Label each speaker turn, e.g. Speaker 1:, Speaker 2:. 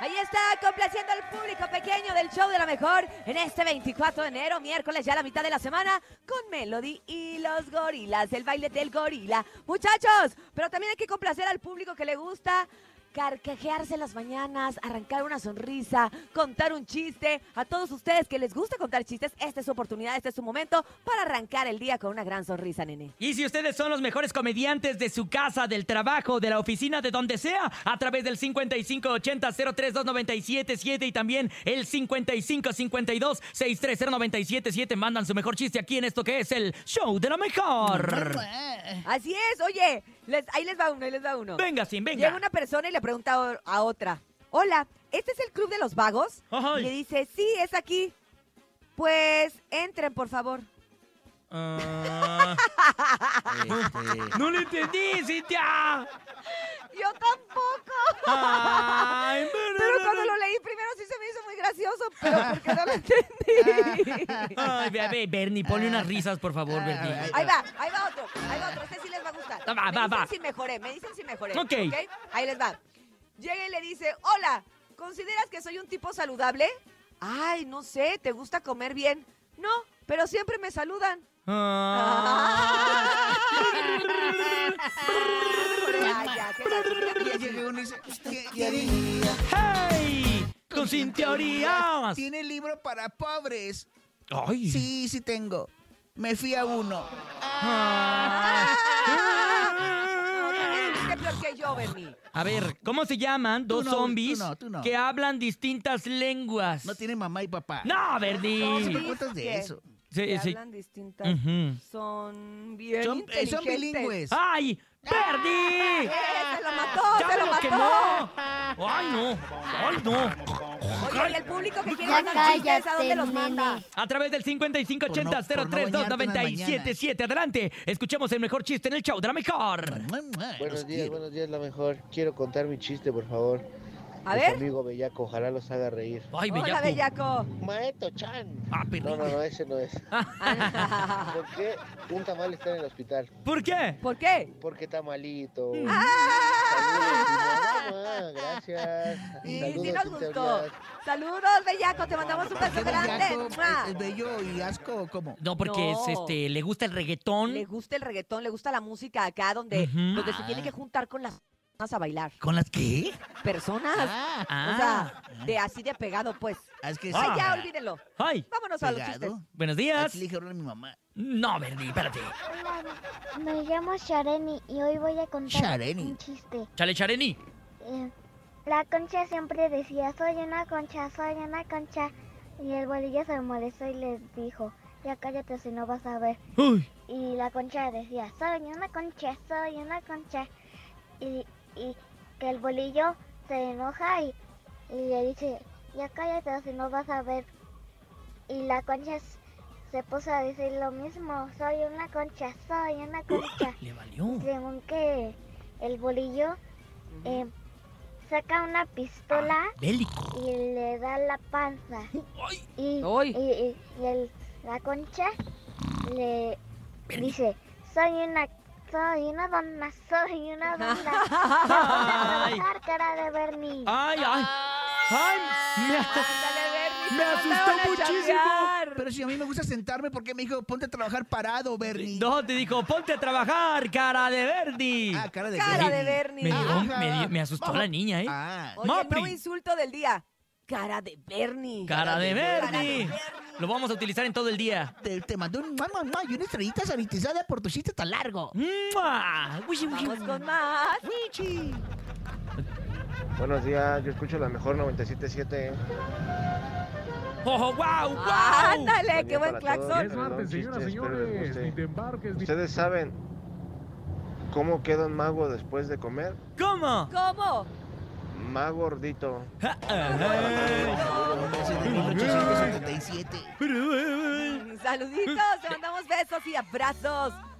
Speaker 1: Ahí está, complaciendo al público pequeño del show de la mejor en este 24 de enero, miércoles, ya la mitad de la semana, con Melody y los gorilas, el baile del gorila. Muchachos, pero también hay que complacer al público que le gusta carcajearse las mañanas, arrancar una sonrisa, contar un chiste. A todos ustedes que les gusta contar chistes, esta es su oportunidad, este es su momento para arrancar el día con una gran sonrisa, nene.
Speaker 2: Y si ustedes son los mejores comediantes de su casa, del trabajo, de la oficina, de donde sea, a través del 5580-032977 y también el 5552-630977, mandan su mejor chiste aquí en esto que es el show de la mejor.
Speaker 1: Así es, oye, les- ahí les va uno, ahí les va uno.
Speaker 2: Venga, sin
Speaker 1: Llega
Speaker 2: venga.
Speaker 1: una persona y le pregunta o- a otra, hola, ¿este es el club de los vagos?
Speaker 2: Ay.
Speaker 1: Y le dice, sí, es aquí. Pues entren, por favor.
Speaker 3: Ah, este,
Speaker 2: No lo entendí, Cintia.
Speaker 1: Yo tampoco.
Speaker 2: Ay,
Speaker 1: Pero cuando lo leí primero sí se me hizo muy gracioso, pero porque no lo entendí.
Speaker 2: Ay, ve, ve, Bernie, ponle unas risas, por favor,
Speaker 1: Ah,
Speaker 2: Bernie.
Speaker 1: Ahí va, ahí va otro, ahí va otro. Este sí les va a gustar.
Speaker 2: Va, va,
Speaker 1: me dicen
Speaker 2: va.
Speaker 1: si mejoré, me dicen si mejoré.
Speaker 2: Ok.
Speaker 1: ¿ok? Ahí les va. Llega y le dice, hola, ¿consideras que soy un tipo saludable? Ay, no sé, ¿te gusta comer bien? No, pero siempre me saludan.
Speaker 2: Ah.
Speaker 1: Ya, ya, qué
Speaker 3: ya
Speaker 1: gracioso.
Speaker 3: llega uno y dice, "Pues, ¿qué, qué haría?
Speaker 2: ¡Hey! ¡Con sin teorías!
Speaker 3: Tiene libro para pobres.
Speaker 2: ¡Ay!
Speaker 3: Sí, sí tengo. Me fui a uno.
Speaker 1: Este peor que yo, Bernie.
Speaker 2: A ver, ¿cómo se llaman
Speaker 3: Tú
Speaker 2: dos
Speaker 3: no,
Speaker 2: zombies
Speaker 3: tú no, tú no.
Speaker 2: que hablan distintas lenguas?
Speaker 3: No tiene mamá y papá.
Speaker 2: ¡No, Verdi!
Speaker 1: Zombies.
Speaker 3: cuentas de
Speaker 1: ¿Qué?
Speaker 3: eso?
Speaker 1: Que
Speaker 2: Sí, sí.
Speaker 1: hablan distintas.
Speaker 2: Ujú.
Speaker 1: Son bien
Speaker 3: Son, eh,
Speaker 1: inteligentes.
Speaker 3: son bilingües.
Speaker 2: ¡Ay! ¡Verdi!
Speaker 1: ¡Eh, ¡Se lo mató!
Speaker 2: ¡Ya
Speaker 1: ¡Se lo
Speaker 2: me lo
Speaker 1: mató!
Speaker 2: quemó! ¡Ay, no! ¡Ay, no!
Speaker 1: Oye, y el público que quiere
Speaker 4: Ya
Speaker 1: mandar chistes, ¿a dónde
Speaker 4: cállate,
Speaker 1: los manda?
Speaker 4: nene.
Speaker 2: A través del
Speaker 3: Por no- por no bañarte en las
Speaker 2: 5580-032977. Adelante, escuchemos el mejor chiste en el show de la mejor.
Speaker 5: Buenos días, buenos días, la mejor. Quiero contar mi chiste, por favor.
Speaker 1: A
Speaker 5: De su
Speaker 1: ver.
Speaker 5: amigo Bellaco, ojalá los haga reír.
Speaker 2: ¡Ay,
Speaker 1: Hola,
Speaker 2: bellaco!
Speaker 1: Bellaco.
Speaker 5: Maeto Chan.
Speaker 2: ¡Ah,
Speaker 5: No,
Speaker 2: perrito!
Speaker 5: no, no, ese no es.
Speaker 1: Ah,
Speaker 5: ¿Por qué un tamal está en el hospital?
Speaker 2: ¿Por qué?
Speaker 1: ¿Por qué?
Speaker 5: Porque está malito.
Speaker 1: Mm. ¡Ah!
Speaker 5: Saludos, mamá, gracias.
Speaker 1: Sí, sí
Speaker 5: Saludos,
Speaker 1: nos
Speaker 5: sin
Speaker 1: gustó.
Speaker 5: teorías.
Speaker 1: Saludos, Bellaco. Te mandamos un beso
Speaker 3: ¿Qué
Speaker 1: grande.
Speaker 3: bellaco?
Speaker 1: ¡Mua!
Speaker 3: ¿Es- ¿Es bello y asco o cómo?
Speaker 2: No, porque
Speaker 1: No.
Speaker 2: es este, le gusta el reggaetón
Speaker 1: Le gusta el reggaetón, le gusta la música acá donde,
Speaker 2: Ujú. Ah.
Speaker 1: donde se tiene que juntar con las personas a bailar.
Speaker 3: ¿Con las qué?
Speaker 1: Personas.
Speaker 3: Ah,
Speaker 1: O
Speaker 2: Ah.
Speaker 1: sea, de así de pegado, pues.
Speaker 3: ah, es que
Speaker 2: Ah,
Speaker 3: sí.
Speaker 1: Ay, ya, olvídenlo.
Speaker 2: ¡Ay!
Speaker 1: Vámonos a los chistes.
Speaker 3: Pegado.
Speaker 2: Buenos
Speaker 3: Así
Speaker 2: días.
Speaker 3: le dije ahora a mi mamá.
Speaker 2: No, Verdi, espérate.
Speaker 4: Hola, me llamo Shareni y hoy voy a contar
Speaker 3: Shareni.
Speaker 4: un chiste.
Speaker 2: Chale, Chareni.
Speaker 4: Eh, la concha siempre decía, soy una concha, soy una concha. Y el bolillo se molestó y le dijo, ya cállate si no vas a ver.
Speaker 2: Uy.
Speaker 4: Y la concha decía, soy una concha, soy una concha. Y, y que el bolillo se enoja y, y le dice, ya cállate si no vas a ver. Y la concha s- se puso a decir lo mismo, soy una concha, soy una concha.
Speaker 2: Le valió.
Speaker 4: Según que el bolillo eh, saca una pistola
Speaker 2: Bélico.
Speaker 4: y le da la panza.
Speaker 2: Ah. Ay,
Speaker 4: Y,
Speaker 1: Uy.
Speaker 4: y- y- y el- la concha le dice, soy una, soy una donna, soy una donna.
Speaker 2: Ay.
Speaker 4: Ay. cara de Bernie.
Speaker 2: ay, ay. Ay, me,
Speaker 1: Ándale, Bernie,
Speaker 2: me
Speaker 1: te mandaron
Speaker 2: asustó
Speaker 1: a
Speaker 2: muchísimo.
Speaker 1: chambear.
Speaker 3: Pero si a mí me gusta sentarme, ¿por qué me dijo ponte a trabajar parado, Bernie?
Speaker 2: No, te dijo, ponte a trabajar, cara de Verdi.
Speaker 3: Ah, cara de
Speaker 1: Cara de
Speaker 3: Bernie.
Speaker 2: Me,
Speaker 1: Bernie.
Speaker 2: dio-
Speaker 3: Ajá.
Speaker 2: me dio- me asustó la niña, ¿eh?
Speaker 3: Ah,
Speaker 1: Oye, el
Speaker 2: Mapri.
Speaker 1: nuevo insulto del día. Cara de Bernie.
Speaker 2: Cara de
Speaker 1: Cara de
Speaker 2: Verdi.
Speaker 1: Bernie.
Speaker 2: Lo vamos a utilizar en todo el día.
Speaker 3: te, te mandó un mamá y una estrellita sanitizada por tu chiste tan largo.
Speaker 2: ¡Mua! Uy, uy,
Speaker 1: Vamos
Speaker 2: uy.
Speaker 1: con más.
Speaker 3: Wichi.
Speaker 5: Buenos días, yo escucho la mejor 977.
Speaker 2: ¡Oh, wow, wow!
Speaker 1: Ándale,
Speaker 5: Buen
Speaker 1: qué
Speaker 5: día
Speaker 1: buen
Speaker 5: para todos.
Speaker 1: claxon.
Speaker 6: Es
Speaker 5: Perdón,
Speaker 6: martes,
Speaker 5: chistes, pero
Speaker 6: señoras,
Speaker 5: les
Speaker 6: señores.
Speaker 5: guste.
Speaker 6: Ni te embarques, ni
Speaker 5: ¿Ustedes saben cómo queda un mago después de comer?
Speaker 2: ¿Cómo?
Speaker 1: ¿Cómo?
Speaker 5: Más gordito.
Speaker 2: Ah, ah,
Speaker 3: Ese de 1877.
Speaker 2: ah. eh.
Speaker 1: Saluditos, te mandamos besos y abrazos.